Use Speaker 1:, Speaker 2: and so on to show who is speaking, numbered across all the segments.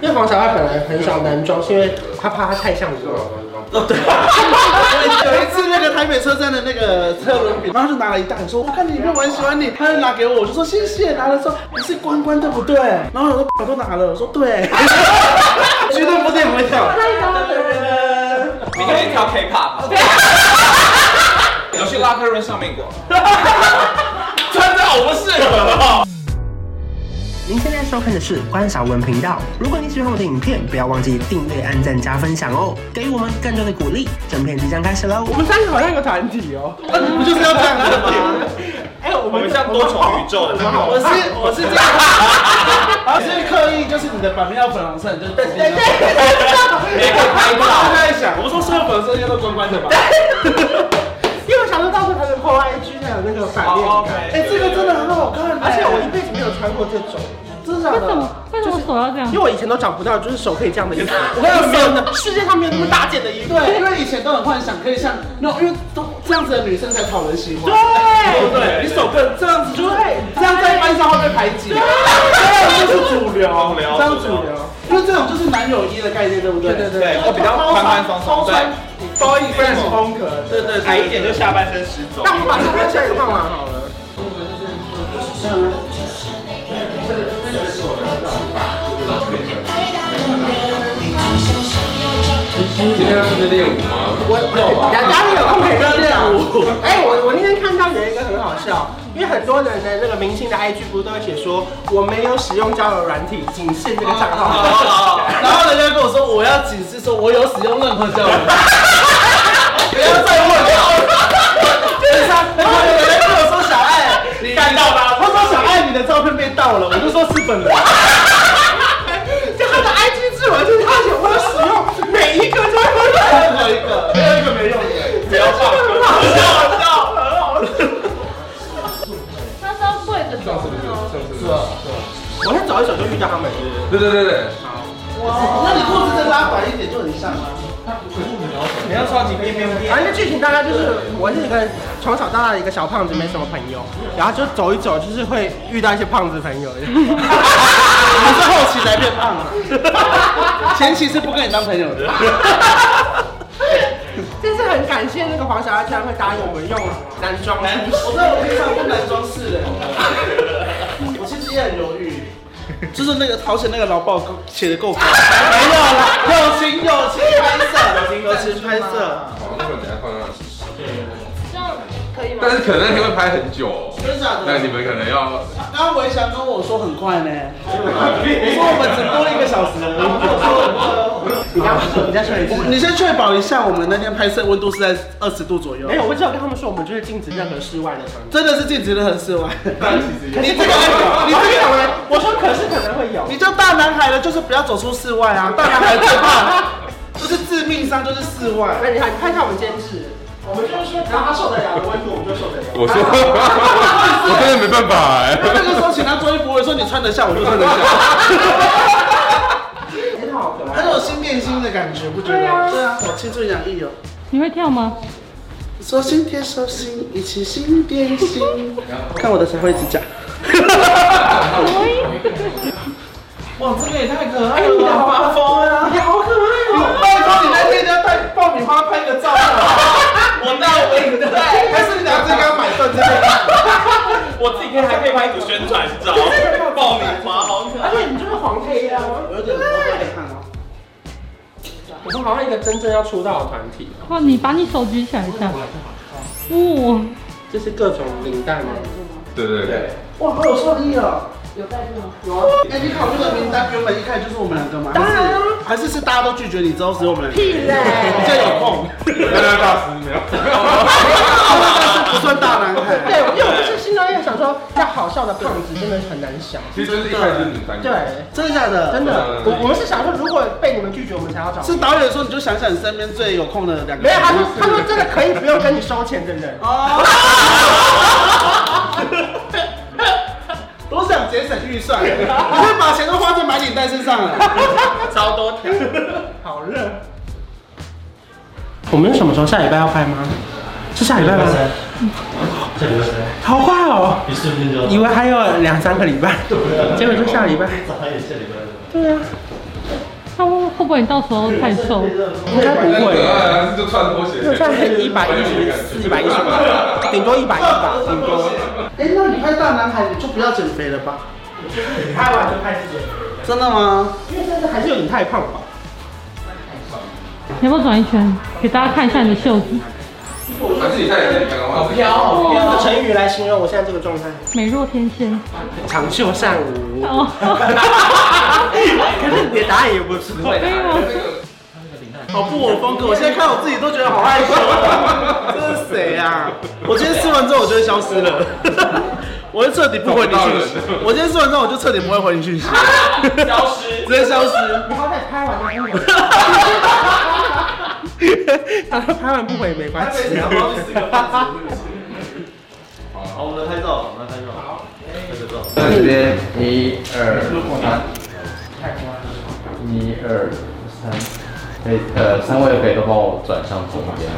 Speaker 1: 因为黄小爱本来很少男装，是因为他怕他太像我。
Speaker 2: 哦，对， 有一次那个台北车站的那个车轮饼，然后就拿了一袋，说我看你影片我很喜欢你，他就拿给我，我就说谢谢，拿了之后你是关关对不对？然后我说我都拿了，我说 对，绝对不是你们跳。
Speaker 3: 你可以跳 K-pop。有去 locker room 上面过？穿的好不适合。
Speaker 1: 您现在收看的是关少文频道。如果你喜欢我的影片，不要忘记订阅、按赞、加分享哦，给予我们更多的鼓励。整片即将开始喽！
Speaker 2: 我们三个好像有团体哦， 不就是要这样子吗？ 哎，我
Speaker 3: 我们像多重宇宙的那
Speaker 2: 我
Speaker 3: 种。
Speaker 2: 是我是这样，我是刻意就是你的版面要粉红色，你就对对对，
Speaker 3: 也可以拍
Speaker 2: 我刚
Speaker 3: 照
Speaker 2: 才在想，我说所有粉红色应该都关关的吧？
Speaker 1: 因为我想说到时候还能 PO IG 还有那个反面
Speaker 3: 哦
Speaker 1: 感，
Speaker 3: ，OK
Speaker 2: 哎，这个真的很好看，
Speaker 1: 而且我一辈子没有穿过这种，
Speaker 2: 真的假
Speaker 4: 为什
Speaker 2: 的
Speaker 4: 么？为什么手要这样
Speaker 1: 因为？我以前都找不到，就是手可以这样的衣服。
Speaker 2: 我刚才没有
Speaker 1: 世界上没有那么大件的衣服。
Speaker 2: 对，因为以前都很幻想可以像那种，因为都这样子的女生才讨人喜欢。对不对，你手更这样子就是，这样在班上会被排挤。对，这样就是主流，
Speaker 3: 主流
Speaker 2: 这样主流，因为这种就是男友一的概念，对不对？对对
Speaker 3: 对，我比较宽宽松松，对，
Speaker 2: 包一份风格，对对
Speaker 3: 矮一点就下半身失踪。
Speaker 1: 那我们把这边这里放完好了。
Speaker 5: 今天要顺便练舞吗？
Speaker 1: 我有啊，哪里有空可以热烈舞？哎、我我那天看到有一个很好笑，因为很多人的那个明星的 IG 不是都会写说我没有使用交友软体，仅限这个账
Speaker 5: 哦
Speaker 1: 号。
Speaker 2: 然后人家跟我说，我要解释说，我有使用任何交友软件，不要再问我。就是他，然后有人跟我说小爱，你
Speaker 3: 看到吧
Speaker 2: 他说小爱你的照片被盗了，我就说是本人。
Speaker 1: 就他的 IG 自我就是他有没有使用每一个都会
Speaker 2: 任何一个，没有一个没用的。
Speaker 3: 不要放，很好笑，很好
Speaker 4: 他是要跪着走那种。
Speaker 1: 我是走一走就遇到他们，
Speaker 5: 对对对对，
Speaker 2: 那你裤子再拉短一点就很像了。
Speaker 3: 你要超级变变变。
Speaker 1: 反正剧情大概就是我是一个从小到大的一个小胖子，没什么朋友，然后就走一走就是会遇到一些胖子朋 友。
Speaker 2: 你是后期才变胖的， 前期是不跟你当朋友的。
Speaker 1: 真是很感谢那个黄小丫居然会答应我们用男装出
Speaker 2: 我在我平常不男装饰的，我其实也很犹豫。就是那个朝鲜那个老报告写的够好，没有啦，友情友情拍摄，友情拍摄，
Speaker 5: 好，那我等一下放上去。
Speaker 4: 这样可以吗？
Speaker 5: 但是可能那天会拍很久哦，
Speaker 2: 真的假
Speaker 5: 那你
Speaker 2: 的？
Speaker 5: 们可能要
Speaker 2: 刚刚维翔跟我说很快 呢，我说我们只播一个小时，我 说
Speaker 1: 你刚刚你再说一次。
Speaker 2: 你先确保一下，我们那天拍摄温度是在二十度左右
Speaker 1: 没，有，我只有跟他们说，我们就是禁止任何室外的场景。
Speaker 2: 真的是禁止任何室外。你这个，
Speaker 1: 你
Speaker 2: 你
Speaker 1: 这
Speaker 2: 这
Speaker 1: 个
Speaker 2: 个
Speaker 1: 人，我说可是可能会有。
Speaker 2: 你就大男孩了，就是不要走出室外啊！大男孩最 怕，就是致命伤就是室外。
Speaker 1: 哎那你还看一下我们监制，我们就是说，只要他受得了的温度，我们就受得了。
Speaker 5: 我说，我真的没办法
Speaker 2: 那
Speaker 5: 哎。
Speaker 2: 个时候请他做衣服，我说你穿得下，我就穿得下。
Speaker 1: 真的好可爱。
Speaker 2: 很有新变新的感觉，不觉得？对啊，好青春洋溢哦。
Speaker 4: 你会跳吗？
Speaker 2: 手心贴手心，一起心变心。看我的手绘指甲。哇，这个也太可爱
Speaker 3: 哎
Speaker 2: 了！你好哎发疯啊！你好可爱哦！拜托你那天一定要带爆米花拍个照啊！
Speaker 3: 我那我也在，
Speaker 2: 还是你拿这个要买断这个？
Speaker 3: 我自己可以还可以拍一组宣传照，爆米花好可爱。
Speaker 1: 而且哎你就是黄黑啊！
Speaker 2: 有点不会看哦。
Speaker 1: 我们好像一个真正要出道的团体，啊
Speaker 4: 哇，哦你把你手举起来一下。哦，
Speaker 1: 这是各种领带吗？
Speaker 5: 对对对，
Speaker 2: 哇，好有创意哦！有带吗？有啊。哎，你考虑的名单原本一开始就是我们两个吗？当然啊。还是是大家都拒绝你之后只有我们两个？屁嘞！比较有 空。
Speaker 5: 那那大师没有。
Speaker 2: 但是不算大男孩。
Speaker 1: 对，因为我就是心中在想说，要好笑的胖子真的很难想。
Speaker 5: 其实就是一开始就是你们三个。
Speaker 1: 对，
Speaker 2: 真的假的？
Speaker 1: 真的，我我们是想说，如果被你们拒绝，我们才要找。
Speaker 2: 是导演说你就想想你身边最有空的两个。
Speaker 1: 没有，他说他说真的可以不用跟你收钱的人。
Speaker 2: 哦。我想节省预 算，你会把钱都花在买领带 身上了。
Speaker 3: 超多条。
Speaker 1: 好热。我们什么时候下礼拜要拍吗？是下礼拜吗？好快哦！以为还有两三个礼拜，结果就下礼拜。对啊，
Speaker 4: 他会会不会你到时候太瘦？
Speaker 1: 应该不
Speaker 5: 很可
Speaker 1: 会，
Speaker 5: 爱啊，就穿拖鞋，
Speaker 1: 就算一百一十四、一百一十五，顶多一百一吧，顶多。
Speaker 2: 哎，那你拍大男孩，你就不要减肥了吧？
Speaker 1: 拍完就开始减
Speaker 2: 真的吗？
Speaker 1: 肥，因为真的还是有点太胖吧。
Speaker 4: 你要不要转一圈，给大家看一下你的袖子？
Speaker 5: 还是你在你刚刚
Speaker 3: 好
Speaker 5: 画的
Speaker 3: 飘，好
Speaker 1: 用
Speaker 3: 飘
Speaker 1: 个。成语来形容我现在这个状态，
Speaker 4: 哦美若天仙。
Speaker 1: 长袖善 舞。
Speaker 4: 哦
Speaker 1: 可是你的答案也不错。
Speaker 3: 对
Speaker 2: 好不我风格，我现在看我自己都觉得好害羞。哦 这是谁呀、我今天吃完之后我就会消失了， 我就彻底不回你讯息
Speaker 5: 找不到人。
Speaker 2: 我今天吃完之后我就彻底不会回你讯息，
Speaker 3: 消失
Speaker 2: 直。接消失。
Speaker 1: 然后再拍完就不回。他说拍完不回没关系。
Speaker 6: 好，我们来拍照，我们来拍照。好，拍个照。
Speaker 7: 那这边一二三，一二三，可以呃，三位可以都帮我转向中间哦。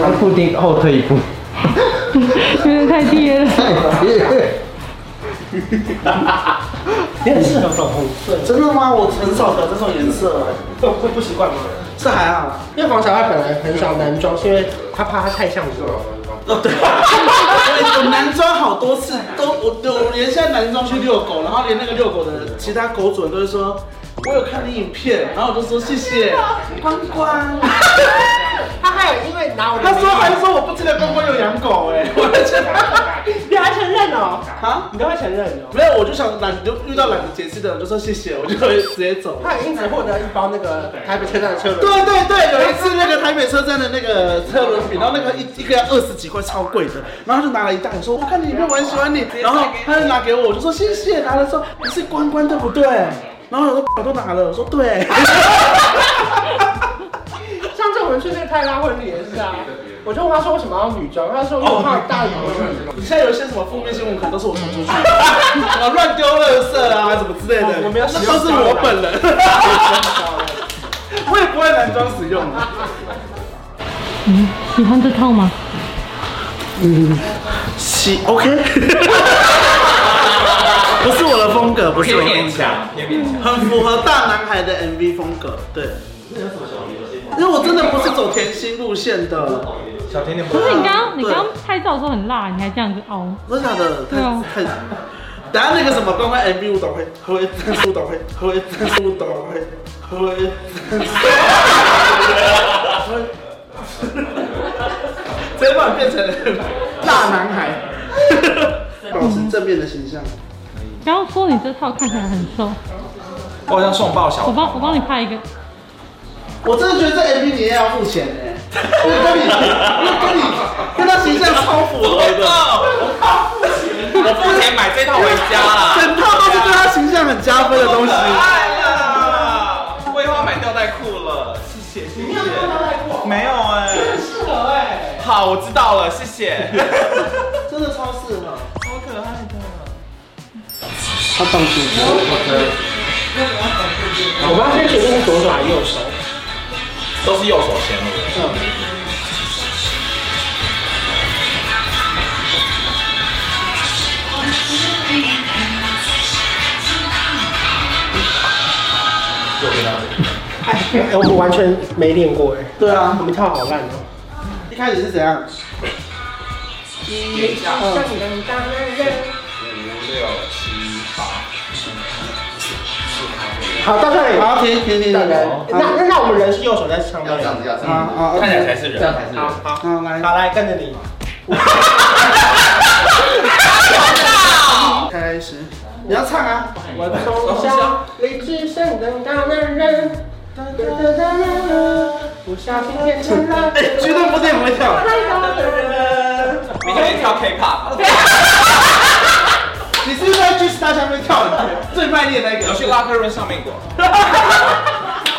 Speaker 7: 他固定后退一步。
Speaker 4: 有点太低 了。
Speaker 1: 你很适合粉红色，
Speaker 2: 真的吗？我很少调这种颜色，欸
Speaker 1: 会不习惯吗？
Speaker 2: 这还好啦。
Speaker 1: 因为黄小爱本来很少男装，是因为他怕他太像我。
Speaker 2: 哦， 对，我男装好多次都我我连现在男装去遛狗，然后连那个遛狗的其他狗主人都会说，我有看你影片，然后我就说谢谢关关，
Speaker 1: 他还有因为拿我的
Speaker 2: 他
Speaker 1: 名字，
Speaker 2: 说还说我不记得关关有养狗哎、我就觉得
Speaker 1: 你还承认哦？
Speaker 2: 啊
Speaker 1: 你都会承认哦？
Speaker 2: 没有，我就想懒就遇到懒得解释的人我就说谢谢，我就会直接走。
Speaker 1: 他也因此获得一包那个台北车站的车轮
Speaker 2: 对对对，有一次那个台北车站的那个车轮饼，然后那个一一个要二十几块，超贵的。然后他就拿了一袋，说：“我看你影片，我很喜欢你。”然后他就拿给我，我就说：“谢谢。”拿了说：“你是关关对不对？”然后我说：“我都拿了。”我说：“对。
Speaker 1: 上次我们去那个泰拉婚礼也是啊，我就问他说为什么要女装，他说因为我怕大洋女。”
Speaker 2: 现在有一些什么负面新闻，可能都是我传出 去的，什么啊乱丢垃圾啊，什么之类的，
Speaker 1: 我没有
Speaker 2: 那
Speaker 1: 使用
Speaker 2: 都是我本人， 我也不会男装使用的。
Speaker 4: 嗯，喜欢这套吗？
Speaker 2: 喜 OK，不是我的风格，不是我的风格。
Speaker 3: 强，偏勉强。
Speaker 2: 很符合大男孩的 MV 风格，对。因为我真的不是走甜心路线的，
Speaker 3: 小甜甜不
Speaker 4: 不是你刚刚
Speaker 2: 对
Speaker 4: 你刚刚拍照的时候很辣，你还这样子凹。
Speaker 2: 真的假的？
Speaker 4: 对啊
Speaker 2: 太太等下那个什么关关 MV 舞蹈会，会舞蹈会，会舞蹈会，会。 直接把你变成 大男孩，保持正面的形象。
Speaker 4: 刚刚说你这套看起来很瘦，
Speaker 3: 我好像送爆
Speaker 4: 我
Speaker 3: 小，
Speaker 4: 帮我帮你拍一个。
Speaker 2: 我真的觉得这 MV 你也要付钱哎、因为跟你，因为跟你跟他形象超符合的。
Speaker 3: 我付钱买这套回家啦。
Speaker 2: 整套都是对他形象很加分的东西。
Speaker 3: 爱哎呀！我以后要买吊带裤了，谢谢谢谢。没有哎，很适合哎。好，我知道了，谢谢。
Speaker 2: 真的超适合。
Speaker 3: 好可爱的。
Speaker 2: 他当初
Speaker 1: 我刚先决定是左手还是右手，
Speaker 3: 都是右手先入。
Speaker 1: 哎，我们完全没练过哎，
Speaker 2: 对
Speaker 1: 我
Speaker 2: 啊，
Speaker 1: 们跳好烂哦。
Speaker 2: 一开始是怎样？
Speaker 1: 好，到这里，
Speaker 2: 好，停停停
Speaker 1: 到这里。那
Speaker 2: 好
Speaker 1: 那那我们人是右手在上面
Speaker 7: 要这。样子，要这
Speaker 2: 啊
Speaker 7: 样子，
Speaker 2: 啊，
Speaker 3: 看起来才是人
Speaker 7: 这。样才是人
Speaker 1: 好。好
Speaker 2: 好来
Speaker 1: 好，来跟着你。
Speaker 2: 开始。你要唱啊！
Speaker 1: 我从小立志生当大男人，哒哒哒哒哒，不小心变成了。
Speaker 2: 哎，绝对不对，不会 跳。
Speaker 3: 你可以跳 K-pop，
Speaker 2: 你是不是在巨石大下面跳的？最卖力的那
Speaker 3: 有
Speaker 2: 个。
Speaker 3: 去拉克润上面 过。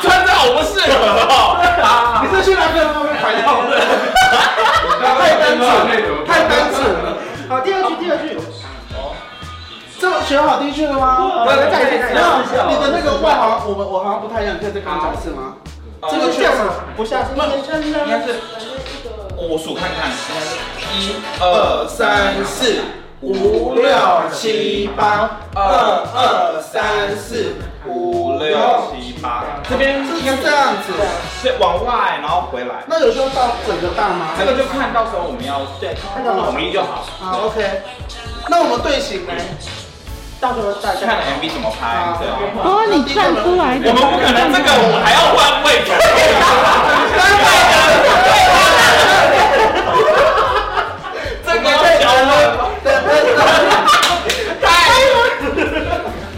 Speaker 3: 穿着好不适 合。
Speaker 2: 哦你是去哪个方面排 到的？太单纯，太单纯 了。
Speaker 1: 好，第二句，第二句。
Speaker 2: 这么学好第一句了吗？
Speaker 1: 来再来再
Speaker 2: 没
Speaker 1: 来
Speaker 2: 有，你的那个外行，我们我好像不太一样，你可以再跟我讲一次吗？
Speaker 1: 这个确实不小心变成了。
Speaker 3: 应该是我数看看，一二三四，
Speaker 2: 五六七八，二二三四，
Speaker 3: 五六七八，这边
Speaker 2: 是这样子。
Speaker 3: 是往外，然后回来。
Speaker 2: 那有需要到整个大吗？
Speaker 3: 这个就看到时候我们要
Speaker 1: 对，看到
Speaker 3: 统一就好，
Speaker 2: 啊，OK。那我们队形呢？
Speaker 1: 到时候再
Speaker 3: 看 MV 怎么拍。对，
Speaker 4: 哦，你站出来的。
Speaker 3: 我们不可能这个我还要换位置。 这个要小太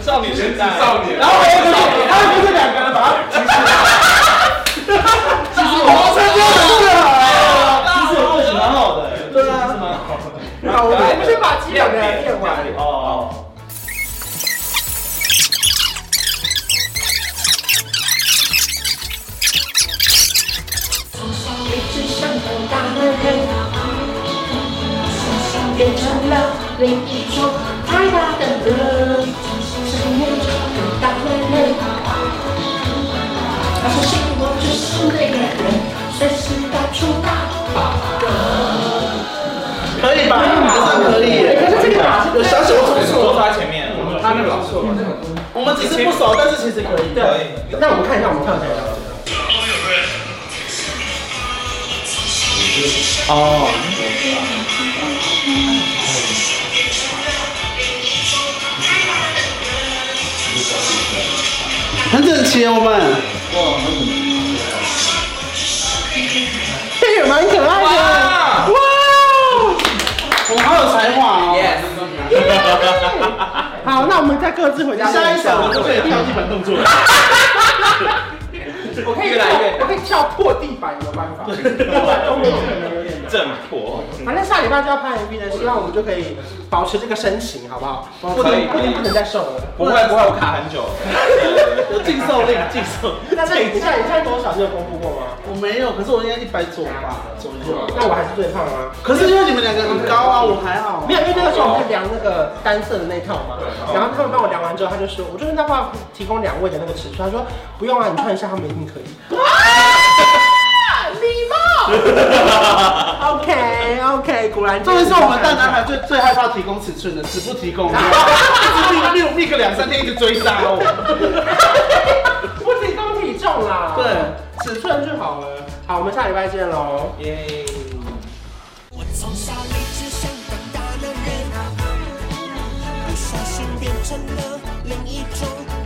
Speaker 3: 少女时代，
Speaker 5: 少年，
Speaker 1: 然后还有就是，还有就是两个人把它
Speaker 6: 其实我觉得蛮好的，对啊，是蛮好的。
Speaker 1: 搞我们先把基本的练完。
Speaker 6: 哦，
Speaker 8: 变成了另一种爱他的人，是一种很大的人。他相信我就是那个人，随时到处打
Speaker 2: 可以吧？算可以耶。
Speaker 1: 可是这个打是
Speaker 2: 有小小的
Speaker 3: 是
Speaker 2: 出
Speaker 3: 坐
Speaker 2: 错，
Speaker 3: 在前面，他那个老师
Speaker 2: 我们只是不熟，但是其实可以。
Speaker 3: 可以。
Speaker 1: 那我们看一下，我们看一下。
Speaker 2: 很整齐哦，我们。这也蛮可爱的。
Speaker 3: 哇
Speaker 2: 我们好有才华哦。
Speaker 3: ，yes，
Speaker 1: 好，那我们再各自回家
Speaker 2: 下
Speaker 1: 练
Speaker 2: 一
Speaker 1: 一
Speaker 2: 首
Speaker 1: 下。
Speaker 2: 我们可以跳地板动作。
Speaker 1: 我可以
Speaker 3: 越来越
Speaker 1: 我可以跳破地板，有办法。破板都没有可能有点难。
Speaker 3: 正婆。
Speaker 1: 反正下礼拜就要拍 MV 了，希望我们就可以保持这个身形，好不好？不
Speaker 3: 可以
Speaker 1: 能不能不能再瘦了。
Speaker 3: 不会不会，我卡很久了。
Speaker 2: 有禁售令，禁售。
Speaker 1: 那那你现在你现在多少？你有公布过吗？
Speaker 2: 我没有，可是我应该一百左吧，左右。
Speaker 1: 那我还是最胖啊。
Speaker 2: 可是因为你们两个很高啊，我还好。
Speaker 1: 没有，因为那个时候我们在量那个单色的那套嘛，然后他们帮我量完之后，他就说，我就跟他帮我提供两位的那个尺寸，他说不用啊，你穿一下他们一定可以。OK OK，果然
Speaker 2: 这个是我们大男孩最最害怕提供尺寸的，只不提 供，一直密密密个两三天，一直追杀我。
Speaker 1: 不提供体重啦，
Speaker 2: 对，
Speaker 1: 尺寸就好了。好，我们下礼拜见喽。
Speaker 9: 我从小一直想当大男人，不小心变成了另一种